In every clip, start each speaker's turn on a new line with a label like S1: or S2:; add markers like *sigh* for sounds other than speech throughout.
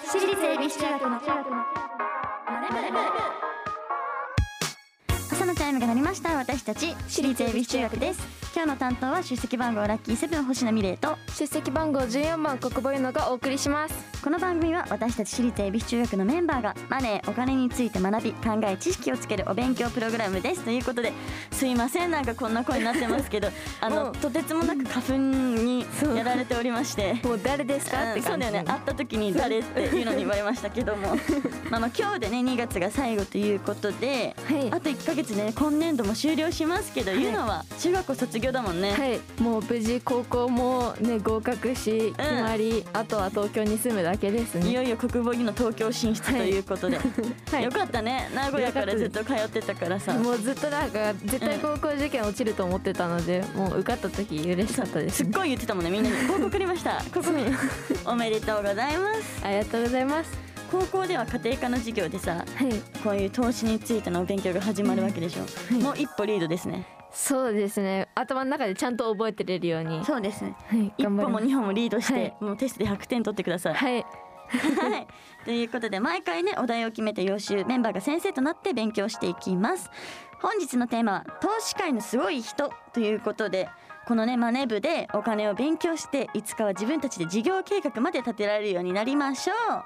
S1: 私立恵比寿中学の朝のチャイムが鳴りました私たち私立恵比寿中学です今日の担当は出席番号ラッキーセブン星野美玲と
S2: 出席番号14番国母ゆのがお送りします
S1: この番組は私たち私立恵比寿中学のメンバーがマネーお金について学び考え知識をつけるお勉強プログラムですということですいませんなんかこんな声になってますけど
S2: *laughs*
S1: あ
S2: も
S1: の
S2: う
S1: とてつもなく花粉に
S2: そう
S1: やられておりまして
S2: もう誰ですかっ
S1: う
S2: て
S1: んそう
S2: 感じ
S1: だよね会った時に誰っていうのに言われましたけ
S2: *laughs*
S1: どもまあまあ今日でね2月が最後ということで
S2: はい
S1: あと1か月で、ね、今年度も終了しますけど、
S2: い
S1: ゆのは中学校卒業だもんね、
S2: はいもう無事高校もね合格し決まり、あとは東京に住むだけです
S1: い、
S2: ね
S1: よいよ国防技の東京進出ということで、
S2: *laughs* はい
S1: よかったね名古屋からずっと通ってたからさ
S2: もうずっとなんか絶対高校受験落ちると思ってたので、もう受かった時嬉しかったですす
S1: っごい言ってたもんねみんな
S2: *laughs*
S1: に「高校送りました」ここに「おめでとうございます
S2: ありがとうございます」
S1: 高校では家庭科の授業でさ
S2: はい
S1: こういう投資についてのお勉強が始まるわけでしょ、
S2: い
S1: もう一歩リードですね
S2: そうですね頭の中でちゃんと覚えてれるように
S1: そうですね
S2: はい
S1: 一
S2: 頑
S1: 歩
S2: 張り
S1: も
S2: ます
S1: 二歩もリードして、
S2: はい
S1: もうテストで100点取ってください。はい、
S2: はい
S1: *laughs* ということで毎回ねお題を決めて予習メンバーが先生となって勉強していきます。本日のテーマは投資界のすごい人ということでこのねマネ部でお金を勉強していつかは自分たちで事業計画まで立てられるようになりましょう。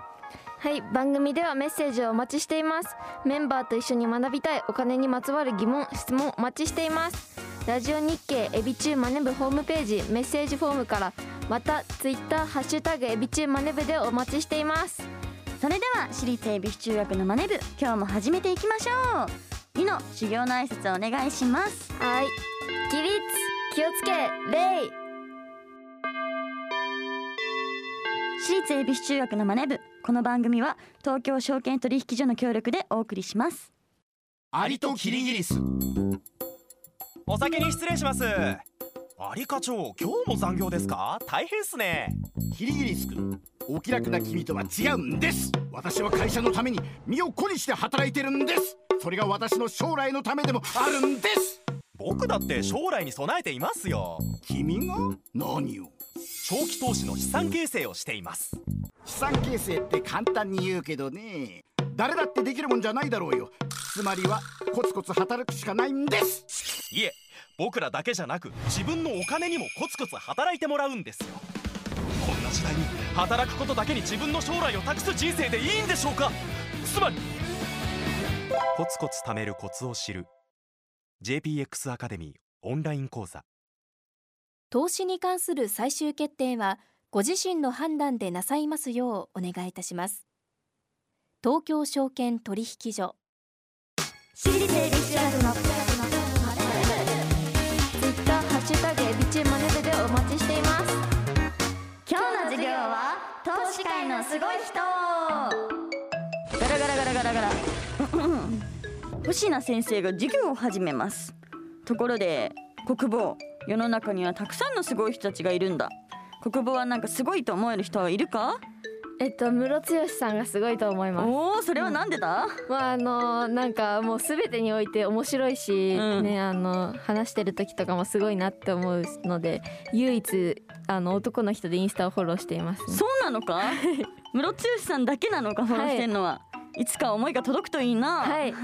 S2: はい番組ではメッセージをお待ちしていますメンバーと一緒に学びたいお金にまつわる疑問質問お待ちしていますラジオ日経エビチューマネブホームページメッセージフォームからまたツイッターハッシュタグエビチューマネブでお待ちしています
S1: それでは私立恵比寿中学のマネ部今日も始めていきましょう。ゆの修行の挨拶をお願いします。
S2: はい起立気をつけ礼
S1: 私立恵比寿中学のマネ部この番組は東京証券取引所の協力でお送りします。
S3: アリとキリギリス
S4: お先に失礼しますアリ課長今日も残業ですか大変っすね
S3: キリギリス君お気楽な君とは違うんです私は会社のために身を粉にして働いてるんですそれが私の将来のためでもあるんです
S4: 僕だって将来に備えていますよ
S3: 君が何を
S4: 長期投資の資産形成をしています
S3: 資産形成って簡単に言うけどね誰だってできるもんじゃないだろうよつまりはコツコツ働くしかないんです
S4: いえ僕らだけじゃなく自分のお金にもコツコツ働いてもらうんですよこんな時代に働くことだけに自分の将来を託す人生でいいんでしょうかつまりコツコツ貯めるコツを知る JPX アカデミーオンライン講座
S5: 投資に関する最終決定はご自身の判断でなさいますようお願いいたします東京証券取引所
S1: 私立恵比寿中学の
S2: ツイッターハッシュタグエビチューマネブでお待ちしています
S1: 今日の授業は投資界のすごい人ガラガラガラガラガラ *laughs* 星名先生が授業を始めますところで国防世の中にはたくさんのすごい人たちがいるんだ国防はなんかすごいと思える人はいるか
S2: えっとムロツヨシさんがすごいと思います
S1: おおそれはなんでだ、
S2: まああのなんかもう全てにおいて面白いし、
S1: うん
S2: ねあの話してる時とかもすごいなって思うので唯一あの男の人でインスタをフォローしています、ね、
S1: そうなのかムロツヨシさんだけなのかフォローしてんのは、い、つか思いが届くといいな、
S2: はい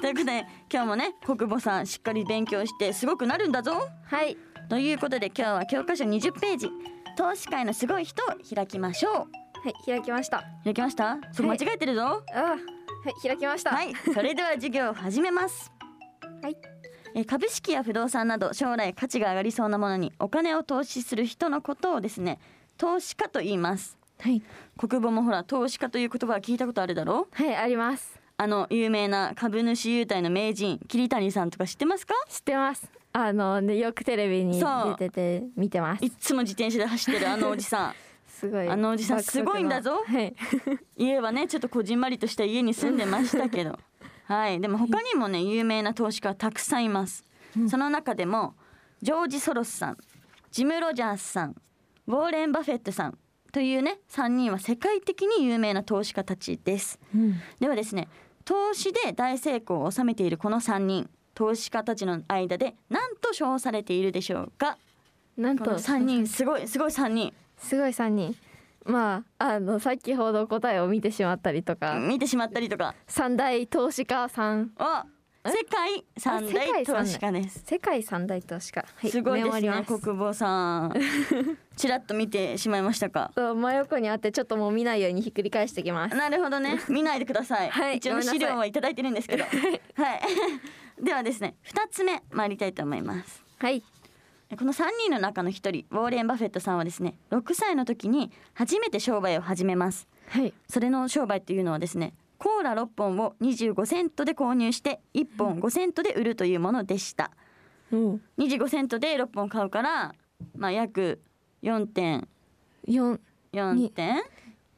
S1: ということで今日もね国母さんしっかり勉強してすごくなるんだぞ
S2: はい
S1: ということで今日は教科書20ページ投資界のすごい人を開きましょ
S2: はい開きました
S1: う開きましたそこ間
S2: はい
S1: 違えてるぞ
S2: あはい開きました
S1: はい、それでは授業を始めます
S2: はい
S1: えー株式や不動産など将来価値が上がりそうなものにお金を投資する人のことをですね投資家と言います
S2: はい、
S1: 国母もほら投資家という言葉は聞いたことあるだろう
S2: はいあります
S1: あの有名な株主優待の名人桐谷さんとか知ってますか
S2: 知ってますあのねよくテレビに
S1: そう
S2: 出てて見てます
S1: いっつも自転車で走ってるあのおじさん
S2: すごい
S1: あのおじさん
S2: 爆速の
S1: すごいんだぞ *laughs*
S2: はい
S1: 家はねちょっとこじんまりとした家に住んでましたけどはいでも他にもね有名な投資家はたくさんいます、その中でもジョージ・ソロスさんジム・ロジャースさんウォーレン・バフェットさんというね3人は世界的に有名な投資家たちです、ではですね投資で大成功を収めているこの3人投資家たちの間で何と称されているでしょうか
S2: なん
S1: この
S2: と
S1: 3人すごいすごい3人
S2: すごい三人まああの先ほど答えを見てしまったりとか
S1: 見てしまったりとか
S2: 三大投資家さん
S1: お世界三大投資家です
S2: 世界三大投資家、は
S1: すごいで
S2: メモ
S1: す
S2: り
S1: ね
S2: ま
S1: 国防さ
S2: *laughs*
S1: んちらっと見てしまいましたか
S2: そう真横にあってちょっともう見ないようにひっくり返してきます
S1: なるほど
S2: *laughs*
S1: ね見ないでください、
S2: はい
S1: 一応
S2: ご
S1: ね
S2: めんなさ
S1: 資
S2: い
S1: 料はいただいてるんですけどはい *laughs* ではですね二つ目参りたいと思います
S2: はい
S1: この3人の中の1人ウォーレン・バフェットさんはですね6歳の時に初めて商売を始めます
S2: はい
S1: それの商売っていうのはですねコーラ6本を25セントで購入して1本5セントで売るというものでした
S2: うん
S1: 25セントで6本買うからまあ約4点
S2: 四
S1: 4点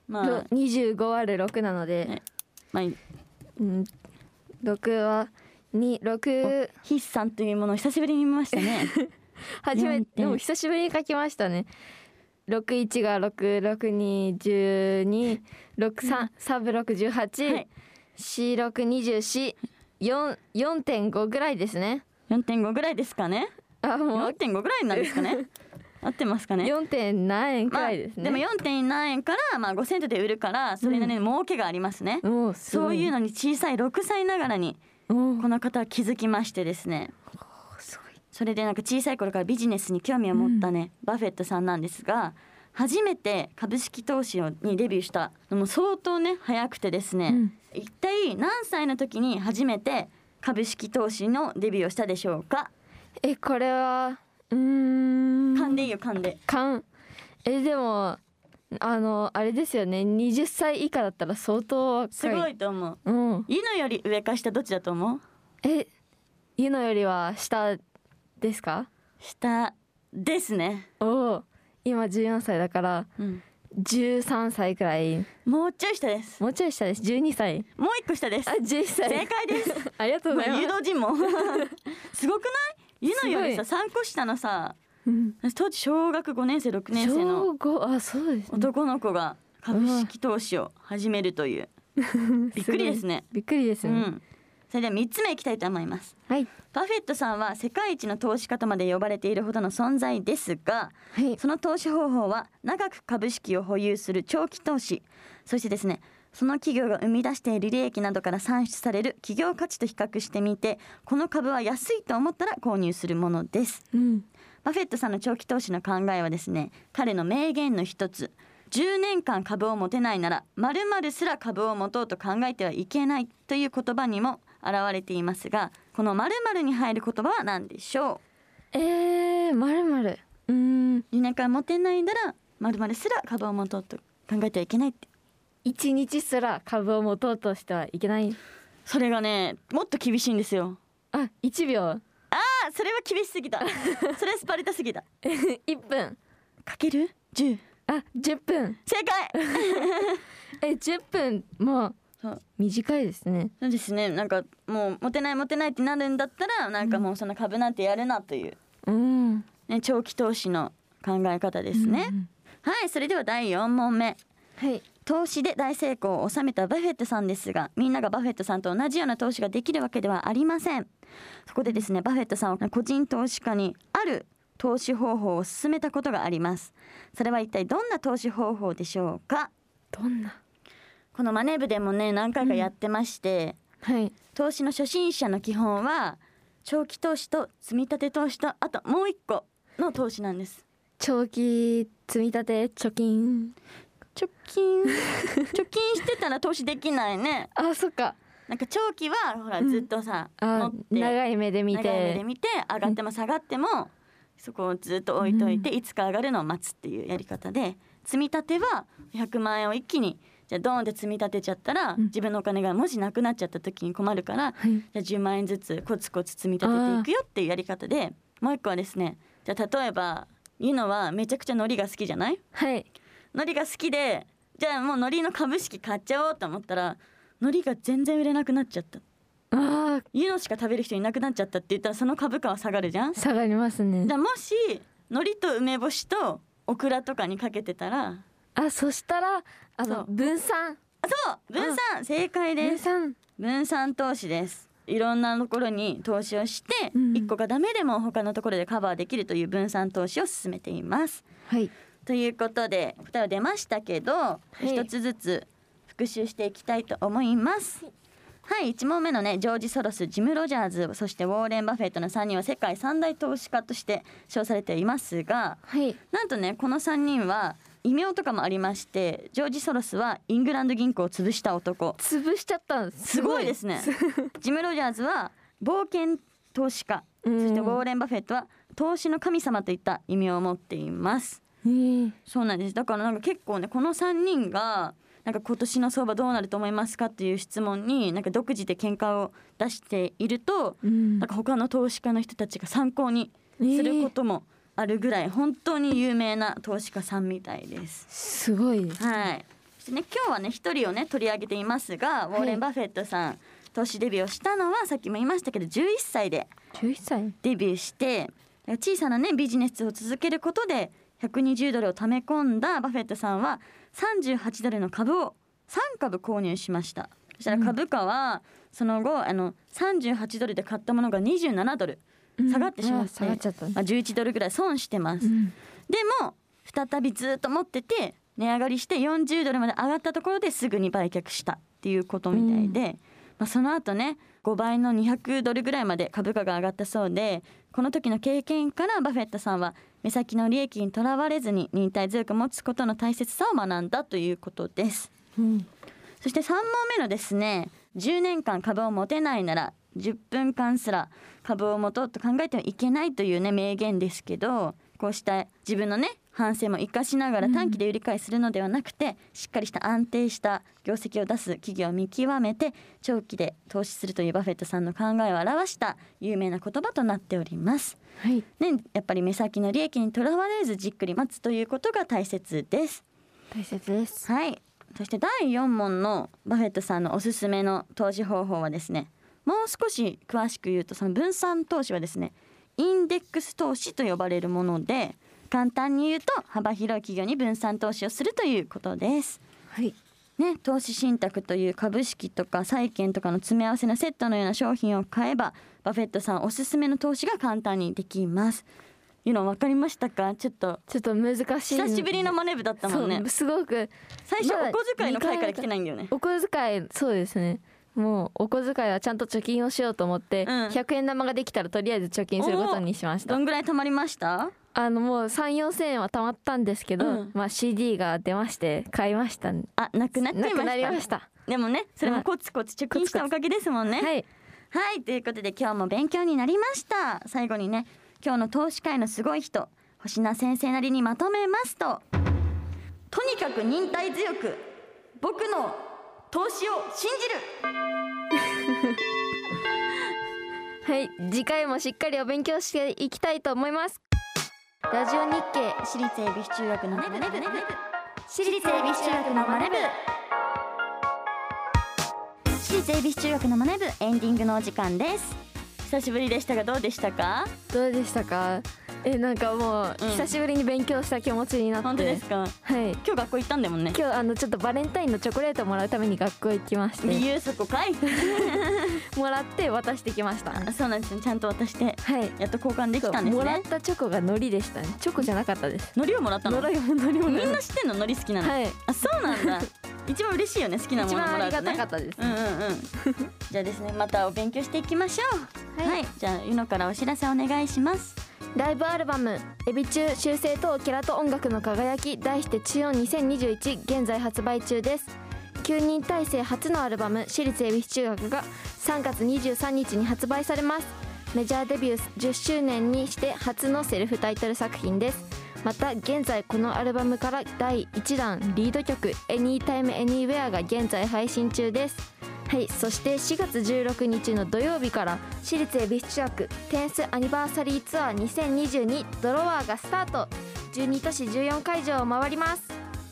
S1: まあ
S2: 二十五割る六なので、
S1: まあ
S2: うん六は二六
S1: 筆算というものを久しぶりに見ましたね
S2: 初め
S1: 四
S2: て
S1: 点
S2: でも久しぶりに書きましたね。六一が六六二十二六三三ブ六十
S1: はい
S2: 八四六二十四四四点五ぐらいですね。
S1: 4.5ぐらいですかね
S2: あもう
S1: 4.5ぐらいなんです
S2: *laughs*
S1: かね合ってますかね
S2: 四点何円く
S1: ま
S2: ら
S1: あ、
S2: いですね。
S1: も4.7円からまあ5セントで売るからそれなりに儲けがありますね、
S2: もうす
S1: そ
S2: ご
S1: う
S2: い
S1: いうのに小さい6歳ながらに
S2: うん
S1: この方は気づきましてですね
S2: すごい
S1: それでなんか小さい頃からビジネスに興味を持ったね、バフェットさんなんですが初めて株式投資をにデビューしたのも相当ね早くてですね、
S2: うん
S1: 一体何歳の時に初めて株式投資のデビューをしたでしょうか
S2: えこれはうーん
S1: 勘でいいよ勘で
S2: かんえでもあのあれですよね20歳以下だったら相当若い
S1: すごいと思う
S2: うん
S1: 湯のより上か下どっちだと思う
S2: えゆのよりは下ですか
S1: 下ですね
S2: おお今14歳だから
S1: うん
S2: 13歳くらい
S1: もうちょい下です。
S2: もうちょい下です12歳
S1: もう一個下です
S2: あ。11歳
S1: 正解 *laughs* です。
S2: *laughs* ありがとうござい
S1: まあ
S2: ます
S1: 誘、導尋 *laughs* 問。すごくない？ゆのよりさ三個下のさ、
S2: うん
S1: 私当時小学五年生六年生
S2: 小
S1: の
S2: 五あそうですね
S1: 男の子が株式投資を始めるという。びっくりですね。
S2: びっくりです
S1: う
S2: ね、
S1: ん。それでは三つ目いきたいと思います。
S2: はい
S1: パフェットさんは世界一の投資家とまで呼ばれているほどの存在ですが、
S2: はい
S1: その投資方法は長く株式を保有する長期投資そしてですねその企業が生み出している利益などから算出される企業価値と比較してみてこの株は安いと思ったら購入するものです
S2: うん
S1: バフェットさんの長期投資の考えはですね彼の名言の一つ10年間株を持てないなら〇〇すら株を持とうと考えてはいけないという言葉にも表れていますがこの〇〇に入る言葉は何でしょ
S2: えー、まるまるうーん
S1: う10年間持てないなら〇〇すら株を持とうと考えてはいけないって
S2: 一日すら株を持とうとしてはいけない
S1: それがねもっと厳しいんですよ
S2: あ一秒 *laughs*
S1: あそれは厳しすぎだそれはスパルタすぎだ
S2: 一分
S1: かける10
S2: あ十分
S1: 正解
S2: え十分もう
S1: そう
S2: 短いですね
S1: そうですねなんかもうモテないモテないってなるんだったらなんかもうその株なんてやるなという、
S2: うん
S1: ね、長期投資の考え方ですね、はいそれでは第4問目
S2: はい
S1: 投資で大成功を収めたバフェットさんですがみんながバフェットさんと同じような投資ができるわけではありませんそこでですねバフェットさんは個人投資家にある投資方法を勧めたことがありますそれは一体どんな投資方法でしょうか
S2: どんな
S1: このマネ部でもね何回かやってまして、
S2: はい
S1: 投資の初心者の基本は長期投資と積み立て投資とあともう一個の投資なんです
S2: 長期積み立て貯金
S1: 貯 *laughs* 金貯金してたら投資できないね
S2: あそっか
S1: なんか長期はほらずっとさ、持
S2: あ
S1: って
S2: 長い目で見
S1: 長い目で
S2: て
S1: 見て上がっても下がってもそこをずっと置いといて、いつか上がるのを待つっていうやり方で積み立ては100万円を一気にじゃあドーンって積み立てちゃったら、
S2: ん
S1: 自分のお金がもしなくなっちゃった時に困るから、
S2: はい
S1: じゃあ10万円ずつコツコツ積み立てていくよっていうやり方でもう一個はですねじゃあ例えばユノはめちゃくちゃ海苔が好きじゃない
S2: はい
S1: 海苔が好きでじゃあもう海苔の株式買っちゃおうと思ったら海苔が全然売れなくなっちゃった
S2: あ
S1: ユノしか食べる人いなくなっちゃったって言ったらその株価は下がるじゃん
S2: ー下がりますね
S1: じゃあもし海苔と梅干しとオクラとかにかけてたら
S2: あそしたらあ
S1: そ
S2: の
S1: う
S2: 分散
S1: あそう分散正解で
S2: 分
S1: す
S2: 散
S1: 分散投資ですいろんなところに投資をして
S2: うん
S1: 一個がダメでも他のところでカバーできるという分散投資を進めています
S2: はい
S1: ということで答えは出ましたけど
S2: い
S1: 一、つずつ復習していきたいと思います。はい1問目のねジョージ・ソロスジム・ロジャーズそしてウォーレン・バフェットの3人は世界三大投資家として称されていますが
S2: はい
S1: なんとねこの3人は異名とかもありましてジョージ・ソロスはイングランド銀行を潰した男
S2: 潰しちゃったんです
S1: すごいですね *laughs* ジム・ロジャーズは冒険投資家そ
S2: うん
S1: してウォーレン・バフェットは投資の神様といった異名を持っています
S2: えー
S1: そうなんですだからなんか結構ねこの3人がなんか今年の相場どうなると思いますかっていう質問になんか独自で見解を出していると、
S2: うん
S1: なんか他の投資家の人たちが参考にすることもあるぐらい、本当に有名な投資家さんみたいです。
S2: すごいです
S1: はい。そしてね今日はね一人をね取り上げていますが、ウォーレン・バフェットさん投資デビューをしたのはさっきも言いましたけど11歳で
S2: 11歳
S1: デビューして小さなねビジネスを続けることで120ドルを貯め込んだバフェットさんは38ドルの株を3株購入しましたそしたら株価はその後あの38ドルで買ったものが27ドル下がってしまって、
S2: うんあ下がっちゃった
S1: まあ、11ドルぐらい損してます、でも再びずっと持ってて値上がりして40ドルまで上がったところですぐに売却したっていうことみたいで、まあ、その後ね5倍の200ドルぐらいまで株価が上がったそうでこの時の経験からバフェットさんは目先の利益にとらわれずに忍耐強く持つことの大切さを学んだということです。
S2: うん
S1: そして3問目のですね10年間株を持てないなら10分間すら株を持とうと考えてはいけないというね名言ですけどこうした自分のね反省も生かしながら短期で売り買いするのではなくて、しっかりした安定した業績を出す企業を見極めて長期で投資するというバフェットさんの考えを表した有名な言葉となっております。
S2: はい
S1: ね、やっぱり目先の利益にとらわれずじっくり待つということが大切です。
S2: 大切です
S1: はい。そして第4問のバフェットさんのおすすめの投資方法はですね、もう少し詳しく言うとその分散投資はですね、インデックス投資と呼ばれるもので、簡単に言うと幅広い企業に分散投資をするということです。
S2: はい
S1: ね、投資信託という株式とか債券とかの詰め合わせのセットのような商品を買えばバフェットさんおすすめの投資が簡単にできます。いうの分かりましたかちょっと
S2: ちょっと難しい
S1: 久しぶりのマネ部だったもんね
S2: そう。すごく
S1: 最初
S2: まだ
S1: お小遣いの回から来てないんだよね。
S2: お小遣いそうですねもうお小遣いはちゃんと貯金をしようと思って、
S1: うん
S2: 100円玉ができたらとりあえず貯金することにしまし
S1: ど
S2: た
S1: んぐらい貯まりました
S2: あのもう34,000円は貯まったんですけど、
S1: うん
S2: まあ CD が出まして買いましたな
S1: あなくなっちゃいました
S2: くなりました
S1: でもねそれもコツコツ貯金したおかげですもんね
S2: はい
S1: はいということで今日も勉強になりました最後にね今日の投資界のすごい人星名先生なりにまとめますととにかく忍耐強く僕の投資を信じる
S2: はい次回もしっかりお勉強していきたいと思いますラジオ日経
S1: 私立恵比寿中学のマネ部私立恵比寿中学のマネ部私立恵比寿中学のマネ部エンディングのお時間です久しぶりでしたがどうでしたか
S2: どうでしたかえなんかもう
S1: うん
S2: 久しぶりに勉強した気持ちになって、
S1: 本当ですか
S2: はい
S1: 今日学校行ったんだもんね
S2: 今日あのちょっとバレンタインのチョコレートもらうために学校行きまし
S1: 理
S2: て
S1: 由そこかい
S2: もらって渡してきましたは
S1: あそうなんですねちゃんと渡して
S2: い
S1: やっと交換できたんです
S2: もらっ
S1: ね
S2: たチョコが海苔でしたねチョコじゃなかったです
S1: 海苔をもらったの
S2: 海苔も海苔も
S1: みんな知ってんの海苔好き *laughs* なの、
S2: はい
S1: あそうなんだ一番嬉しいよね好きなも
S2: 一
S1: のも
S2: 番あ
S1: ら
S2: り
S1: う
S2: が
S1: とね
S2: たかったです、
S1: うんうんうん。 *laughs* じゃあですね、またお勉強していきましょう。は
S2: はい
S1: い、じゃあゆのからお知らせお願いします。
S2: ライブアルバム「エビ中修正等キラと音楽の輝き」題して「中央2021」現在発売中です9人体制初のアルバム「私立恵比寿中学」が3月23日に発売されますメジャーデビュー10周年にして初のセルフタイトル作品ですまた現在このアルバムから第1弾リード曲「Anytime Anywhere」が現在配信中ですはい、そして4月16日の土曜日から私立恵比寿中学テンスアニバーサリーツアー2022ドロワーがスタート12都市14会場を回ります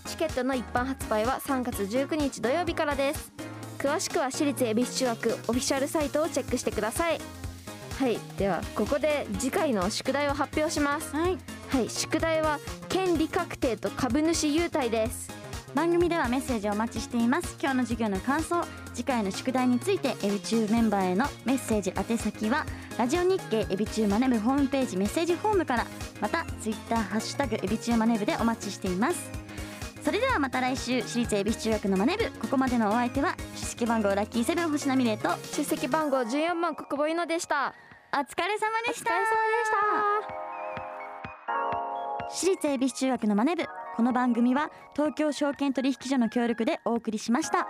S2: チケットの一般発売は3月19日土曜日からです詳しくは私立恵比寿中学オフィシャルサイトをチェックしてくださいはいではここで次回の宿題を発表します
S1: はい。
S2: はい宿題は権利確定と株主優待です
S1: 番組ではメッセージをお待ちしています今日の授業の感想次回の宿題についてエビチューメンバーへのメッセージ宛先は「ラジオ日経エビチューマネブホームページメッセージフォームからまたツイッターハッシュタグエビチューマネブでお待ちしていますそれではまた来週私立エビ中学のマネブここまでのお相手は出席番号ラッキーセブン星名美玲とお疲
S2: 出席番号14番国母ゆのでした
S1: れ様
S2: お疲
S1: でした
S2: れ様でした
S1: 私立恵比寿中学のマネ部この番組は東京証券取引所の協力でお送りしました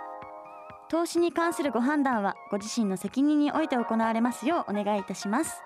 S1: 投資に関するご判断はご自身の責任において行われますようお願いいたします